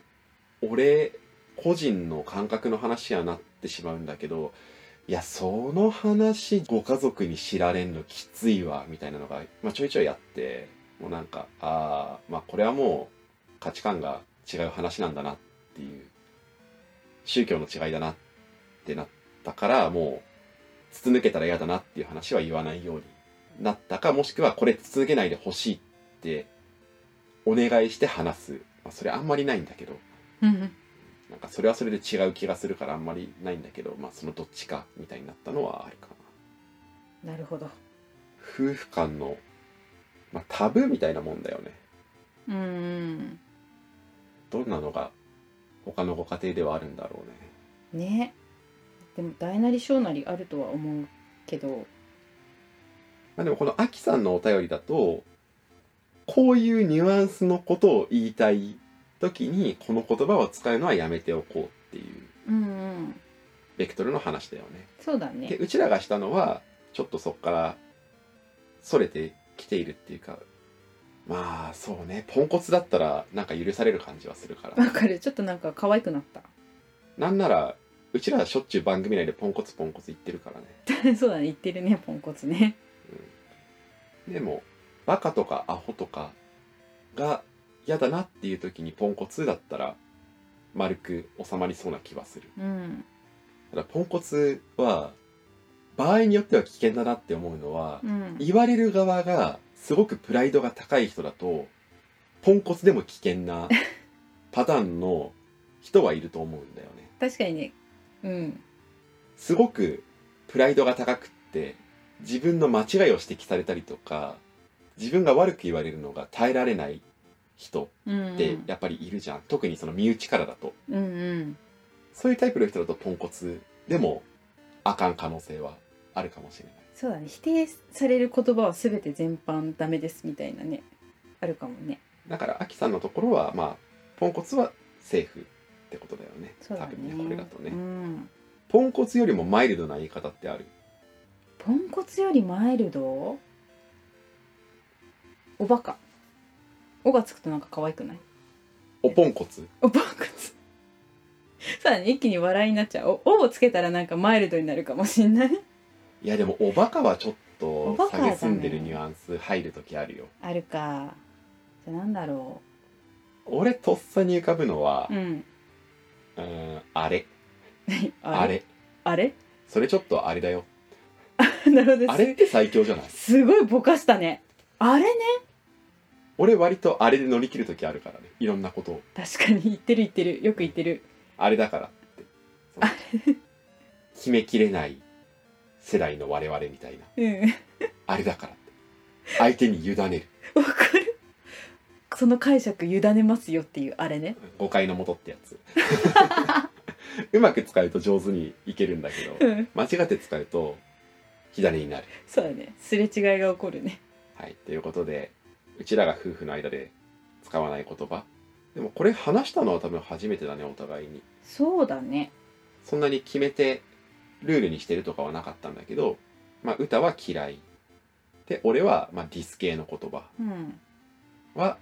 Speaker 1: 俺個人の感覚の話やなってしまうんだけどいやその話ご家族に知られんのきついわみたいなのが、まあ、ちょいちょいあってもうなんかああまあこれはもう価値観が違う話なんだなっていう宗教の違いだなってなったからもう筒抜けたら嫌だなっていう話は言わないようになったかもしくはこれ筒抜けないでほしいってお願いして話す、まあ、それあんまりないんだけどなんかそれはそれで違う気がするからあんまりないんだけど、まあ、そのどっちかみたいになったのはあるかな
Speaker 2: なるほど
Speaker 1: 夫婦間の、まあ、タブーみたいなもんだよね
Speaker 2: うーん
Speaker 1: どんなのが他のご家庭ではあるんだろうね
Speaker 2: ねでも大なり小なりあるとは思うけど
Speaker 1: まあ、でもこのアキさんのお便りだとこういうニュアンスのことを言いたい時にこの言葉を使うのはやめておこうっていう
Speaker 2: うんうん
Speaker 1: ベクトルの話だよね
Speaker 2: そうだ
Speaker 1: で
Speaker 2: ね
Speaker 1: うちらがしたのはちょっとそこからそれてきているっていうかまあそうねポンコツだったらなんか許される感じはするから
Speaker 2: [LAUGHS] わかるちょっとなんか可愛くなった [LAUGHS]
Speaker 1: なんならうちらはしょっちゅう番組内でポンコツポンコツ言ってるからね
Speaker 2: そうだね言ってるねポンコツね
Speaker 1: でもバカとかアホとかが嫌だなっていう時にポンコツだったら丸く収まりそうな気はする
Speaker 2: うん
Speaker 1: ただポンコツは場合によっては危険だなって思うのは
Speaker 2: うん
Speaker 1: 言われる側がすごくプライドが高い人だとポンコツでも危険
Speaker 2: [LAUGHS]
Speaker 1: なパターンの人はいると思うんだよね
Speaker 2: 確かにねうん
Speaker 1: すごくプライドが高くって自分の間違いを指摘されたりとか自分が悪く言われるのが耐えられない人
Speaker 2: うん
Speaker 1: ってやっぱりいるじゃん、特にその身内からだと
Speaker 2: うんうん
Speaker 1: そういうタイプの人だとポンコツでもあかん可能性はあるかもしれない
Speaker 2: そうだね否定される言葉は全て全般ダメですみたいなねあるかもね
Speaker 1: だからアキさんのところはまあポンコツはセーフってことだよね
Speaker 2: そうだ
Speaker 1: 多
Speaker 2: ね
Speaker 1: 分ねこれだとね、
Speaker 2: うん、
Speaker 1: ポンコツよりもマイルドな言い方ってある
Speaker 2: ポンコツよりマイルドおバカおがつくとなんか可愛くない
Speaker 1: おポンコツ
Speaker 2: おポンコツさらに一気に笑いになっちゃうお「お」をつけたらなんかマイルドになるかもしんない
Speaker 1: いやでもおバカはちょっと
Speaker 2: おバカはダメ
Speaker 1: 蔑んでるニュアンス入る時あるよ
Speaker 2: あるかじゃあなんだろ
Speaker 1: 俺とっさに浮かぶのは
Speaker 2: ううん
Speaker 1: うーんあれあれ
Speaker 2: あれ [LAUGHS]
Speaker 1: それちょっとあれだよ
Speaker 2: なるほど
Speaker 1: あれって最強じゃない
Speaker 2: すごいぼかしたねあれね
Speaker 1: 俺割とあれで乗り切る時あるからねいろんなことを
Speaker 2: 確かに言ってる言ってるよく言ってる
Speaker 1: あれだからってその
Speaker 2: [LAUGHS]
Speaker 1: 決めきれない世代の我々みたいな
Speaker 2: うん [LAUGHS]
Speaker 1: あれだからって相手に委ねる
Speaker 2: わかるその解釈委ねますよっていうあれね
Speaker 1: 誤解のもとってやつうまく使うと上手にいけるんだけど
Speaker 2: うん
Speaker 1: 間違って使うと火種になる
Speaker 2: そうだねすれ違いが起こるね
Speaker 1: はいということでうちらが夫婦の間で使わない言葉でもこれ話したのは多分初めてだねお互いに
Speaker 2: そうだね
Speaker 1: そんなに決めてルールにしてるとかはなかったんだけど、まあ、歌は嫌いで俺はまあディス系の言葉
Speaker 2: うん
Speaker 1: は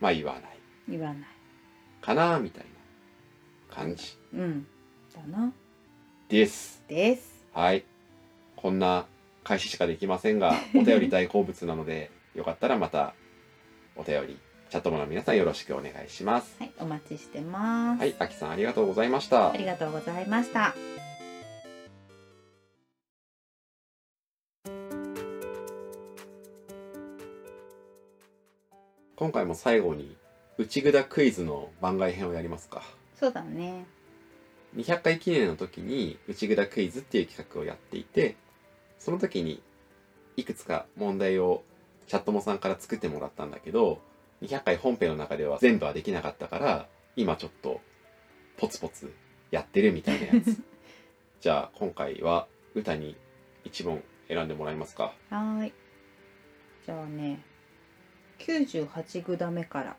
Speaker 1: まあ言わない
Speaker 2: 言わない
Speaker 1: かなみたいな感じ
Speaker 2: うんだな
Speaker 1: です
Speaker 2: です
Speaker 1: はいこんな開始しかできませ
Speaker 2: [LAUGHS]
Speaker 1: んがお便り大好物なのでよかったらまたお便りチャットもの皆さんよろしくお願いします
Speaker 2: はいお待ちしてます、
Speaker 1: はいあきさんありがとうございました
Speaker 2: ありがとうございました
Speaker 1: 今回も最後に内ぐだクイズの番外編をやりますか
Speaker 2: そうだね
Speaker 1: 200回記念の時に「内ぐだクイズ」っていう企画をやっていてその時にいくつか問題をチャットモさんから作ってもらったんだけど200回本編の中では全部はできなかったから今ちょっとポツポツやってるみたいなや [LAUGHS] つじゃあ今回は歌に1問選んでもらえますか
Speaker 2: はーいじゃあね98グダ目から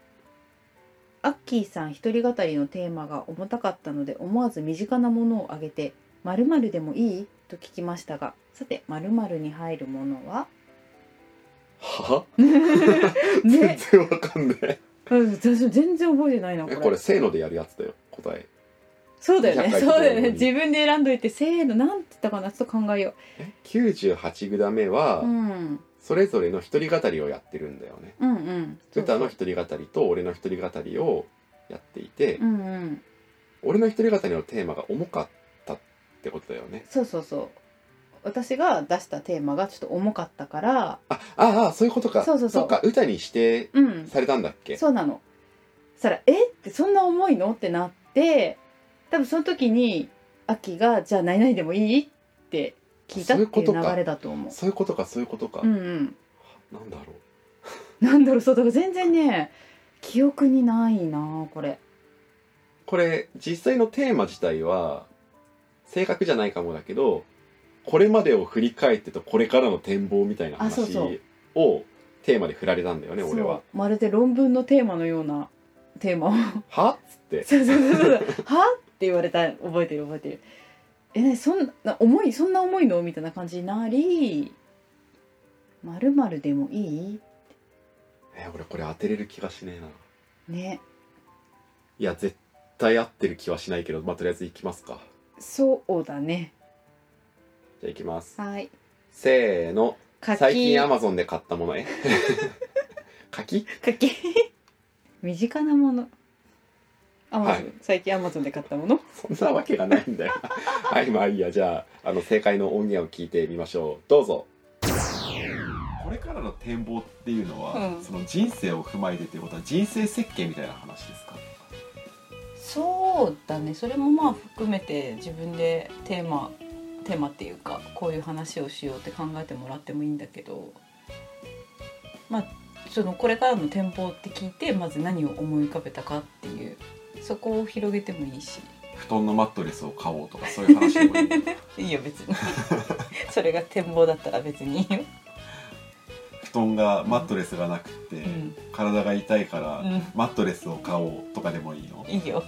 Speaker 2: アッキーさん一人語りのテーマが重たかったので思わず身近なものを挙げて「まるでもいい?」と聞きましたがさてまるに入るものは
Speaker 1: は全
Speaker 2: ね
Speaker 1: 然わかんない
Speaker 2: [LAUGHS] 私全然覚えてないなこ
Speaker 1: え
Speaker 2: れ
Speaker 1: [LAUGHS] これせーのでやるやつだよ答え
Speaker 2: そうだよね
Speaker 1: 100回
Speaker 2: そうだよ
Speaker 1: 言
Speaker 2: ね
Speaker 1: うのに
Speaker 2: 自分で選んどいてせーのなんて言ったかなちょっと考えよ
Speaker 1: え98グダ目は、
Speaker 2: う、うん、
Speaker 1: それぞれの一人語りをやってるんだよね
Speaker 2: うんうんそうそ
Speaker 1: 歌
Speaker 2: う
Speaker 1: の一人語りと俺の一人語りをやっていて、
Speaker 2: うんうん
Speaker 1: 俺の一人語りのテーマが重かったってことだよね
Speaker 2: そうそうそう私が出したテーマがちょっと重かったから
Speaker 1: あああそういうことか
Speaker 2: そうそうそう
Speaker 1: っか歌に指定
Speaker 2: うん
Speaker 1: されたんだっけ
Speaker 2: そうなのそしたら「えっ?」てそんな重いのってなって多分その時にアキが「じゃあ何々でもいい?」って聞いたって
Speaker 1: そう
Speaker 2: い
Speaker 1: いう
Speaker 2: う
Speaker 1: ことか
Speaker 2: 流れだと思う。
Speaker 1: そういうことかそういうことか、
Speaker 2: うんうん、
Speaker 1: なんだろう
Speaker 2: なんだろうそうだから全然ね記憶にないなこれ
Speaker 1: これ実際のテーマ自体は正確じゃないかもだけどこれまでを振り返ってとこれからの展望みたいな
Speaker 2: あそうそう
Speaker 1: 話をテーマで振られたんだよね俺は
Speaker 2: そうまるで論文のテーマのようなテー
Speaker 1: [LAUGHS]
Speaker 2: マを
Speaker 1: はっつって
Speaker 2: そうそうそうそう「は?」って言われた覚えてる覚えてるえねそんな重いそんな重いのみたいな感じになり「まるまるでもいい?
Speaker 1: え俺これ当てれる気がしねえな」
Speaker 2: ね
Speaker 1: いや絶対合ってる気はしないけどまあとりあえず行きますか
Speaker 2: そうだね。
Speaker 1: じゃあ行きます
Speaker 2: はい。
Speaker 1: せーの
Speaker 2: 柿
Speaker 1: 最近アマゾンで買ったものえ [LAUGHS] 柿
Speaker 2: 柿。 [LAUGHS] 身近なもの。アマゾン、
Speaker 1: はい
Speaker 2: 最近アマゾンで買ったもの。
Speaker 1: そんなわけがないんだよ [LAUGHS] はいまあいいやじゃああの正解の音源を聞いてみましょうどうぞこれからの展望っていうのは
Speaker 2: うん
Speaker 1: その人生を踏まえてってことは人生設計みたいな話ですか
Speaker 2: そうだね。それもまあ含めて自分でテーマテーマっていうかこういう話をしようって考えてもらってもいいんだけど、まあそのこれからの展望って聞いてまず何を思い浮かべたかっていうそこを広げてもいいし。
Speaker 1: 布団のマットレスを買おうとかそういう話でも
Speaker 2: [LAUGHS]
Speaker 1: いい
Speaker 2: いいよ別
Speaker 1: [LAUGHS]
Speaker 2: にそれが展望だったら別にいいよ、
Speaker 1: 布団がマットレスがなくて、
Speaker 2: うん
Speaker 1: 体が痛いから、
Speaker 2: うん、
Speaker 1: マットレスを買おうとかでもいいの
Speaker 2: いいよ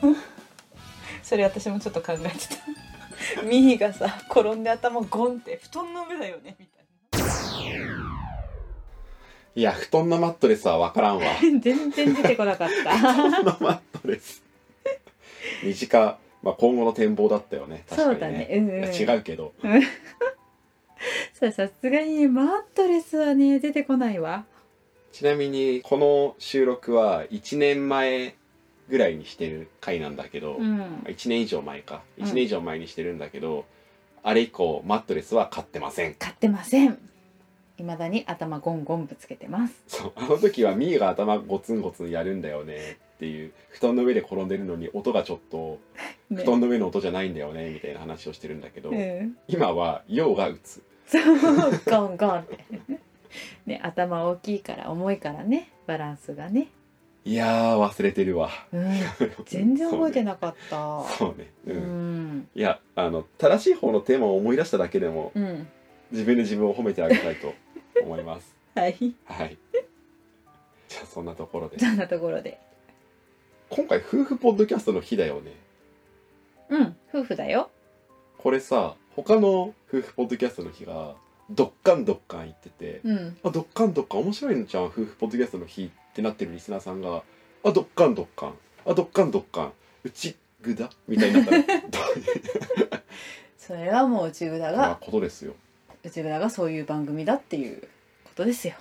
Speaker 2: [LAUGHS] それ私もちょっと考えてた [LAUGHS] ミヒがさ転んで頭ゴンって布団の上だよねみたい
Speaker 1: いや布団のマットレスは
Speaker 2: [LAUGHS]
Speaker 1: 分からんわ
Speaker 2: な全然出てこなかった
Speaker 1: 布団のマットレス身近まあ、今後の展望だったよね確か
Speaker 2: そう
Speaker 1: に
Speaker 2: だね
Speaker 1: ね
Speaker 2: うん
Speaker 1: い
Speaker 2: うん
Speaker 1: や違うけど
Speaker 2: そうさすがにねマットレスはね出てこないわ
Speaker 1: ちなみにこの収録は1年前ぐらいにしてる回なんだけど、
Speaker 2: うん
Speaker 1: 1年以上前か
Speaker 2: うん
Speaker 1: 1年以上前にしてるんだけど、あれ以降マットレスは買ってません [LAUGHS]
Speaker 2: 買ってません未だに頭ゴンゴンぶつけてます
Speaker 1: そうあの時はミーが頭ゴツンゴツンやるんだよねっていう布団の上で転んでるのに音がちょっと
Speaker 2: ね
Speaker 1: 布団の上の音じゃないんだよねみたいな話をしてるんだけど、
Speaker 2: うん
Speaker 1: 今はヨウが打つ
Speaker 2: そうゴンゴンって [LAUGHS] ね頭大きいから重いからねバランスがね
Speaker 1: いやー忘れてるわ
Speaker 2: うん全然覚えて
Speaker 1: い
Speaker 2: なかった
Speaker 1: そうねそう
Speaker 2: う
Speaker 1: ねうん、
Speaker 2: ん
Speaker 1: いやあの正しい方のテーマを思い出しただけでも
Speaker 2: うん
Speaker 1: 自分で自分を褒めてあげたいと思います
Speaker 2: はい
Speaker 1: はいじゃあそんなところで
Speaker 2: そんなところで
Speaker 1: 今回夫婦ポッドキャストの日だよね
Speaker 2: うん夫婦だよ
Speaker 1: これさ他の夫婦ポッドキャストの日がドッカンドッカン言ってて、
Speaker 2: うん
Speaker 1: あドッカンドッカン面白いのじゃん夫婦ポッドキャストの日ってなってるリスナーさんがあドッカンドッカンあドッカンドッカンうちぐだみたいになったらどういう
Speaker 2: それはもう内村が
Speaker 1: ことですよ
Speaker 2: 内村がそういう番組だっていうことですよ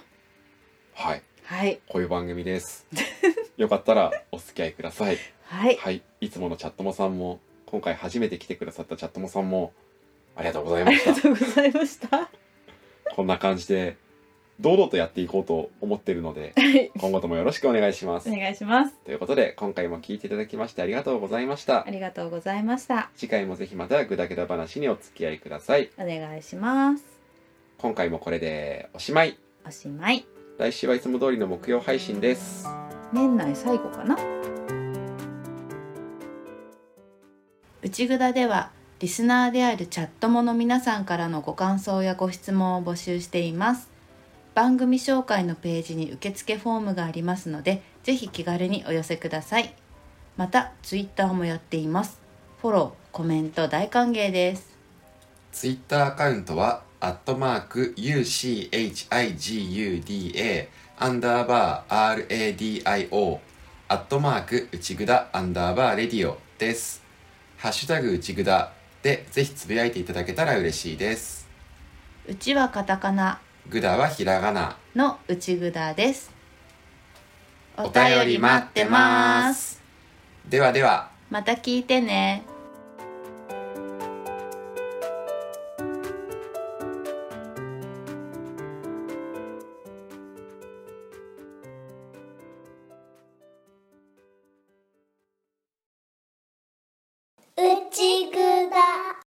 Speaker 1: はい
Speaker 2: はい
Speaker 1: こういう番組です [LAUGHS] よかったらお付き合いください
Speaker 2: はい
Speaker 1: はいいつものチャットモさんも今回初めて来てくださったチャットモさんもありがとうございま
Speaker 2: ありが [LAUGHS]
Speaker 1: し
Speaker 2: とうございましたは
Speaker 1: たこんな感じで堂々とやっていこうと思ってるので
Speaker 2: い
Speaker 1: 今後ともよろしくお願いします
Speaker 2: お願いします
Speaker 1: ということで今回も聞いていただきましてありがとうございました
Speaker 2: ありがとうございました
Speaker 1: 次回もぜひまたグダグダ話にお付き合いください
Speaker 2: お願いします
Speaker 1: 今回もこれでおしまい
Speaker 2: おしまい
Speaker 1: 来週はいつも通りの木曜配信です
Speaker 2: 年内最後かな
Speaker 3: 内ぐだではリスナーであるチャットもの皆さんからのご感想やご質問を募集しています番組紹介のページに受付フォームがありますのでぜひ気軽にお寄せくださいまたツイッターもやっていますフォローコメント大歓迎です
Speaker 1: ツイッターアカウントはアットマーク UCHIGUDA アンダーバー RADIO アットマーク内ぐだアンダーバーレディオですハッシュタグ内ぐだでぜひつぶやいていただけたら嬉しいです
Speaker 3: うちはカタカナ
Speaker 1: ぐだはひらがな
Speaker 3: の内ぐだです
Speaker 1: お便り待ってますではでは
Speaker 3: また聞いてね